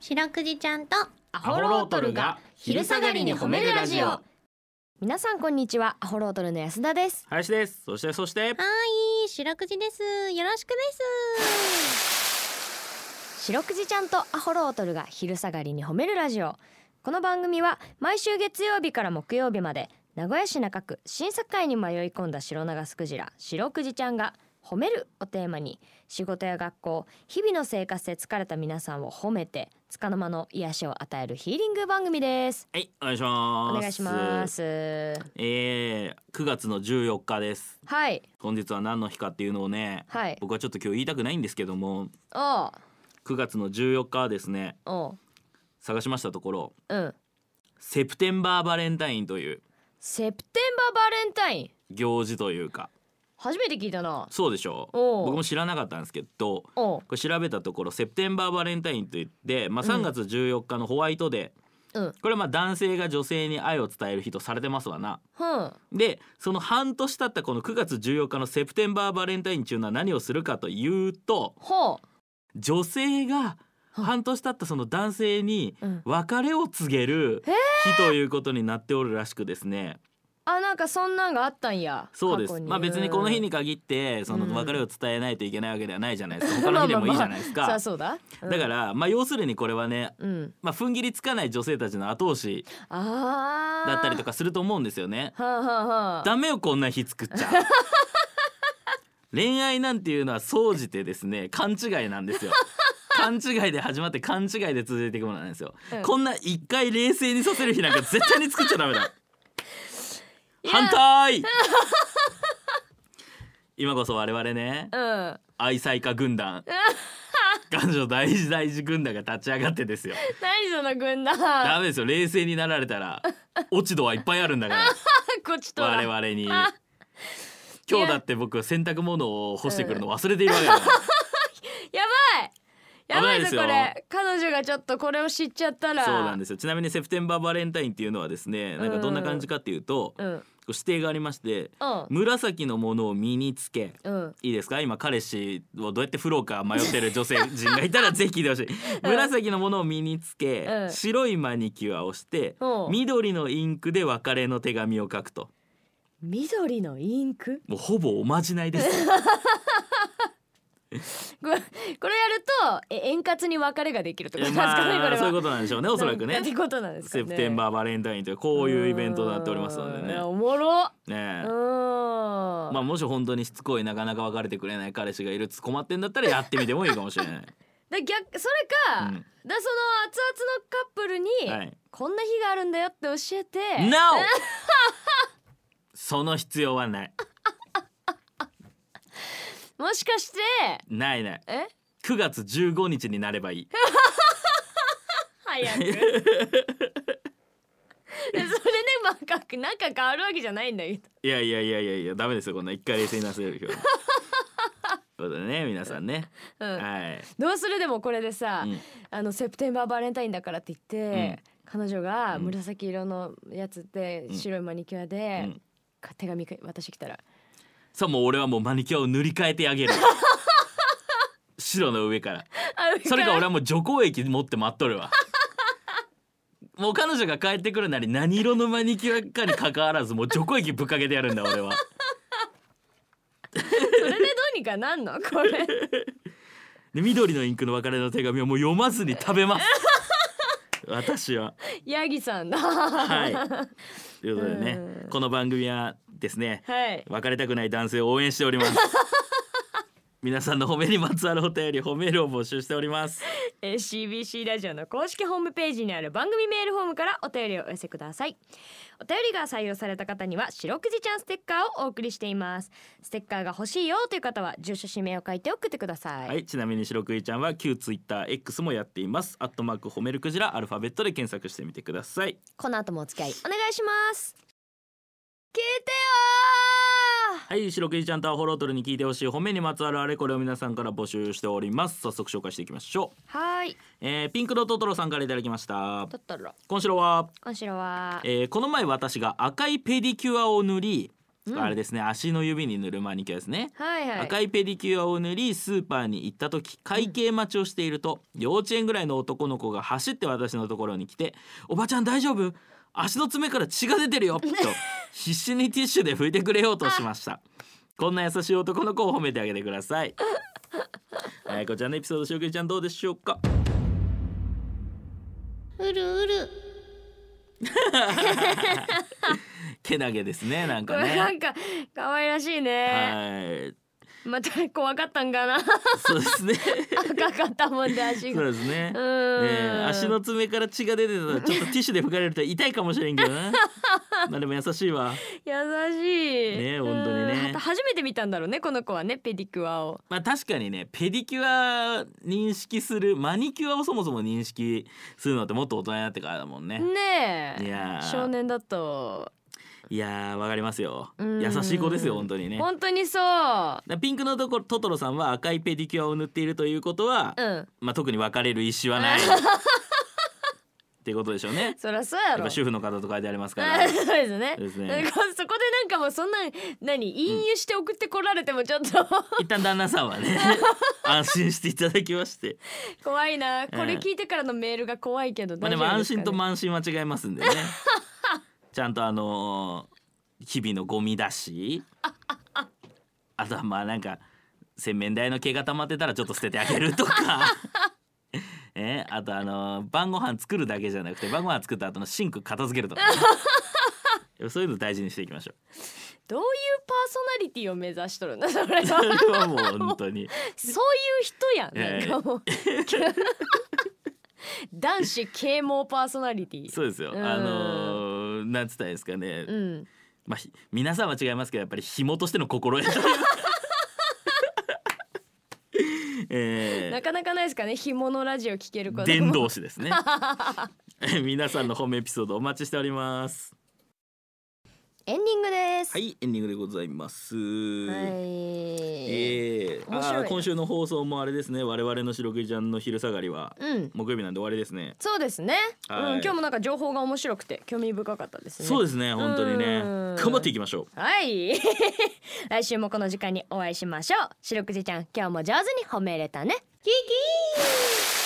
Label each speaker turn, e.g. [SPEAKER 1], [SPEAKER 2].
[SPEAKER 1] 白くじちゃんとア
[SPEAKER 2] ホロートルが昼下がりに褒めるラジオ
[SPEAKER 3] 皆さんこんにちはアホロートルの安田です
[SPEAKER 2] 林ですそしてそして
[SPEAKER 1] はい白くじですよろしくです
[SPEAKER 3] 白くじちゃんとアホロートルが昼下がりに褒めるラジオこの番組は毎週月曜日から木曜日まで名古屋市中区新作会に迷い込んだ白長スクジラ白くじちゃんが褒めるをテーマに仕事や学校日々の生活で疲れた皆さんを褒めて束の間の癒しを与えるヒーリング番組です
[SPEAKER 2] はいお願いしま
[SPEAKER 3] お
[SPEAKER 2] す
[SPEAKER 3] 願いします
[SPEAKER 2] えー、9月の14日です
[SPEAKER 3] はい
[SPEAKER 2] 本日は何の日かっていうのをね
[SPEAKER 3] はい
[SPEAKER 2] 僕はちょっと今日言いたくないんですけども
[SPEAKER 3] おう
[SPEAKER 2] 9月の14日はですね
[SPEAKER 3] おう
[SPEAKER 2] 探しましたところ
[SPEAKER 3] うん
[SPEAKER 2] セプテンバーバレンタインという
[SPEAKER 3] セプテンバーバレンタイン
[SPEAKER 2] 行事というか
[SPEAKER 3] 初めて聞いたな
[SPEAKER 2] そうでしょう
[SPEAKER 3] おう
[SPEAKER 2] 僕も知らなかったんですけど
[SPEAKER 3] おう
[SPEAKER 2] これ調べたところセプテンバーバレンタインといって、まあ、3月14日のホワイトデー、
[SPEAKER 3] うん
[SPEAKER 2] これはまあ男性が女性に愛を伝える日とされてますわな。
[SPEAKER 3] ふん
[SPEAKER 2] でその半年経ったこの9月14日のセプテンバーバレンタイン中のは何をするかというと
[SPEAKER 3] ほ
[SPEAKER 2] 女性が半年経ったその男性に
[SPEAKER 3] う、うん、
[SPEAKER 2] 別れを告げる
[SPEAKER 3] へ
[SPEAKER 2] 日ということになっておるらしくですね。
[SPEAKER 3] あなんかそんなんがあったんや
[SPEAKER 2] そうで
[SPEAKER 3] 過
[SPEAKER 2] す
[SPEAKER 3] 去
[SPEAKER 2] まあ別にこの日に限ってその別れを伝えないといけないわけではないじゃないですか他の日でもいいじゃないです
[SPEAKER 3] まあまあまあさ
[SPEAKER 2] か
[SPEAKER 3] あ。そうだ、うん、
[SPEAKER 2] だからまあ要するにこれはね
[SPEAKER 3] うん
[SPEAKER 2] まあ、踏ん切りつかない女性たちの後押し
[SPEAKER 3] ああ
[SPEAKER 2] だったりと
[SPEAKER 3] か
[SPEAKER 2] かすると思うんですよね。
[SPEAKER 3] はあ、はあはあ、
[SPEAKER 2] ダメよこんな日作っちゃう 恋愛なんていうのは総じてですね勘違いなんですよ勘違いで始まって勘違いで続いていくものなんですよ、
[SPEAKER 3] うん
[SPEAKER 2] こんな一回冷静にさせる日なんか絶対に作っちゃダメだ
[SPEAKER 3] や
[SPEAKER 2] 反対今こそ我々ね
[SPEAKER 3] うん
[SPEAKER 2] 愛妻家 軍団彼女大事大事軍団が立ち上がってですよ
[SPEAKER 3] 何その軍団
[SPEAKER 2] ダメですよ冷静になられ たら落ち度はいっぱいあるんだから
[SPEAKER 3] こっちとら
[SPEAKER 2] 我々に
[SPEAKER 3] あ
[SPEAKER 2] 今日だって僕洗濯物を干してくるの忘れているわけだから
[SPEAKER 3] やばいやばいぞ
[SPEAKER 2] 危
[SPEAKER 3] こ
[SPEAKER 2] ないで
[SPEAKER 3] れ彼女がちょっとこれを知っちゃったら
[SPEAKER 2] そうなんですすよちなみにセプテンバーバレンタインっていうのはですねなんかどんな感じかっていうとこ
[SPEAKER 3] うんうん
[SPEAKER 2] う指定がありまして紫のものを身につけ
[SPEAKER 3] うん
[SPEAKER 2] いいですか今彼氏をどうやって振ろうか迷ってる女性陣がいたらぜひ聞いてほしい紫のものを身につけ、
[SPEAKER 3] うん
[SPEAKER 2] 白いマニキュアをして
[SPEAKER 3] うん
[SPEAKER 2] 緑のインクで別れの手紙を書くと
[SPEAKER 3] 緑のインク
[SPEAKER 2] もうほぼおまじないですよ
[SPEAKER 3] これこれやるとえ円滑に別れができるってことなんですかね、
[SPEAKER 2] ま
[SPEAKER 3] これは
[SPEAKER 2] あ、そういうことなんでしょうねおそらく
[SPEAKER 3] なん
[SPEAKER 2] ね
[SPEAKER 3] てことなんですか
[SPEAKER 2] セ
[SPEAKER 3] ね
[SPEAKER 2] プテンバーバレンタインというこういうイベントになっておりますので
[SPEAKER 3] うーん
[SPEAKER 2] ね
[SPEAKER 3] おもろう
[SPEAKER 2] ねえ
[SPEAKER 3] ーん
[SPEAKER 2] まあもし本当にしつこいなかなか別れてくれない彼氏がいるつ困ってんだったらやってみてもいいかもしれない、
[SPEAKER 3] で逆それか、
[SPEAKER 2] う
[SPEAKER 3] だそ
[SPEAKER 2] ん
[SPEAKER 3] の熱々のカップルに、
[SPEAKER 2] はい、
[SPEAKER 3] こんな日があるんだよって教えて
[SPEAKER 2] NO その必要はない
[SPEAKER 3] もしかして
[SPEAKER 2] ないない
[SPEAKER 3] え
[SPEAKER 2] 9月15日になればいい
[SPEAKER 3] 早く でそれでまあか仲変わるわけじゃないんだけど
[SPEAKER 2] いやいやいやいやいやダメですよこんな一回冷静になせるよ ということでね皆さんね、
[SPEAKER 3] うん
[SPEAKER 2] はい、
[SPEAKER 3] どうするでもこれでさ、
[SPEAKER 2] うん
[SPEAKER 3] あのセプテンバーバレンタインだからって言って、彼女が
[SPEAKER 2] うん
[SPEAKER 3] 紫色のやつで
[SPEAKER 2] ん
[SPEAKER 3] 白いマニキュア
[SPEAKER 2] う
[SPEAKER 3] で、
[SPEAKER 2] ん
[SPEAKER 3] か手紙渡してきたら
[SPEAKER 2] さあもう俺はもうマニキュアを塗り替えてあげ る白の上からそれか俺はもう除光液持って待っとるわもう彼女が帰ってくるなり何色のマニキュアかに関わらずもう除光液ぶっかけてやるんだ俺は
[SPEAKER 3] それでどうにかなんのこれ
[SPEAKER 2] で緑のインクの別れの手紙をもう読まずに食 べます私は
[SPEAKER 3] ヤギさんだは
[SPEAKER 2] はいということでね
[SPEAKER 3] うん
[SPEAKER 2] この番組はですね
[SPEAKER 3] い
[SPEAKER 2] 別れたくない男性を応援してお ります皆さんの褒めにまつわるお便り褒めるを募集しております
[SPEAKER 3] えー CBC ラジオの公式ホームページにある番組メールフォームからお便りをお寄せくださいお便りが採用された方には白くじちゃんステッカーをお送りしていますステッカーが欲しいよという方は住所氏名を書いて送ってください、
[SPEAKER 2] はい、ちなみに白クイちゃんは旧ツイッター X もやっています。アットマーク褒めるクジラアルファベットで検索してみてください。
[SPEAKER 3] この後もお付き合いお願いします聞いてよ
[SPEAKER 2] はい、白クイちゃんとアホロートルに聞いてほしい褒めにまつわるあれこれを皆さんから募集しております。早速紹介していきましょう。
[SPEAKER 3] ーはーい
[SPEAKER 2] えーピンクのトトロさんからいただきました。
[SPEAKER 3] だったら
[SPEAKER 2] 今週は、
[SPEAKER 3] 今週は
[SPEAKER 2] えーこの前私が赤いペディキュアを塗り、
[SPEAKER 3] うん
[SPEAKER 2] あれですね足の指に塗るマニキュアですね、
[SPEAKER 3] はいはい
[SPEAKER 2] 赤いペディキュアを塗りスーパーに行った時会計待ちをしていると、幼稚園ぐらいの男の子が走って私のところに来て「おばちゃん大丈夫足の爪から血が出てる よ」と必死にティッシュで拭いてくれようとしましたこんな優しい男の子を褒めてあげてくだ さいはいこちらのエピソードしおけちゃんどうでしょうか
[SPEAKER 1] うるうる
[SPEAKER 2] けなげですねなん
[SPEAKER 3] こ
[SPEAKER 2] か
[SPEAKER 3] れなん
[SPEAKER 2] ね
[SPEAKER 3] か可愛らしいね
[SPEAKER 2] はい
[SPEAKER 3] また怖かったんかな
[SPEAKER 2] そうで すね
[SPEAKER 3] 赤かったもんで足
[SPEAKER 2] そ
[SPEAKER 3] が
[SPEAKER 2] うですね
[SPEAKER 3] う
[SPEAKER 2] ね
[SPEAKER 3] ーん
[SPEAKER 2] え足の爪から血が出てた らちょっとティッシュで拭かれると痛いかもしれんけどなまあでも優しいわ
[SPEAKER 3] 優しい
[SPEAKER 2] ねえ本当にね
[SPEAKER 3] うんはた初めて見たんだろうねこの子はねペディキュアを
[SPEAKER 2] まあ確かにねペディキュア認識するマニキュアをそもそも認識するのってもっと大人になってからだもんね
[SPEAKER 3] ねえ
[SPEAKER 2] いやー
[SPEAKER 3] 少年だと
[SPEAKER 2] いやーわかりますよ
[SPEAKER 3] うん
[SPEAKER 2] 優しい子ですよ本当にね
[SPEAKER 3] 本当にそう
[SPEAKER 2] だピンクのところトトロさんは赤いペディキュアを塗っているということは、
[SPEAKER 3] うん
[SPEAKER 2] まあ特に別れる意思はな いっていうことでしょうね
[SPEAKER 3] そりゃそうや
[SPEAKER 2] やっ
[SPEAKER 3] ろ
[SPEAKER 2] ぱ主婦の方と書いてありますか
[SPEAKER 3] あ
[SPEAKER 2] ら
[SPEAKER 3] そうですね
[SPEAKER 2] ですね
[SPEAKER 3] なんかそこでなんかもうそんな何引誘して送ってこられてもちょっと
[SPEAKER 2] 一旦旦那さんは ね安心していただきまして
[SPEAKER 3] 怖いなこれ聞いてからのメールが怖いけど
[SPEAKER 2] ま
[SPEAKER 3] 大
[SPEAKER 2] あで
[SPEAKER 3] 丈
[SPEAKER 2] も
[SPEAKER 3] 夫で
[SPEAKER 2] 安
[SPEAKER 3] すか、
[SPEAKER 2] 心
[SPEAKER 3] ね、
[SPEAKER 2] と満心は違いますん でねちゃんとあのー日々のゴミ出しあとはまあなんか洗面台の毛が溜まってたらちょっと捨ててあげる とかえあとあのー晩ご飯作るだけじゃなくて晩ご飯作った後のシンク片付けるとかね、そういうの大事にしていきましょう。
[SPEAKER 3] どういうパーソナリティを目指しとるんだ それは
[SPEAKER 2] そ
[SPEAKER 3] そう
[SPEAKER 2] れ
[SPEAKER 3] いう
[SPEAKER 2] はもう 本当に
[SPEAKER 3] 人やんなんかもう 男子啓蒙パーソナリティ
[SPEAKER 2] そうですよ。
[SPEAKER 3] うん
[SPEAKER 2] あのー、なんつったらいいですかね。
[SPEAKER 3] うん
[SPEAKER 2] まあ、ひ皆さんは違いますけどやっぱり紐としての心得という え
[SPEAKER 3] なかなかないですかね紐のラジオ聞けるこ
[SPEAKER 2] ー、
[SPEAKER 3] と
[SPEAKER 2] 伝道 師ですねえ皆さんのホームエピソードお待ちしております
[SPEAKER 3] エンディングです
[SPEAKER 2] はいエンディングでございます、
[SPEAKER 3] はい
[SPEAKER 2] えー、
[SPEAKER 3] 面白い
[SPEAKER 2] あ
[SPEAKER 3] な
[SPEAKER 2] ー今週の放送もあれですね我々の白くじちゃんの昼下がりは
[SPEAKER 3] うん
[SPEAKER 2] 木曜日なんで終わりですね
[SPEAKER 3] そうですね、
[SPEAKER 2] はい
[SPEAKER 3] うん今日もなんか情報が面白くて興味深かったですね
[SPEAKER 2] そう
[SPEAKER 3] す
[SPEAKER 2] ですね本当にね
[SPEAKER 3] うん
[SPEAKER 2] 頑張っていきましょう
[SPEAKER 3] はい 来週もこの時間にお会いしましょうしろくじちゃん今日も上手に褒めれたねキキー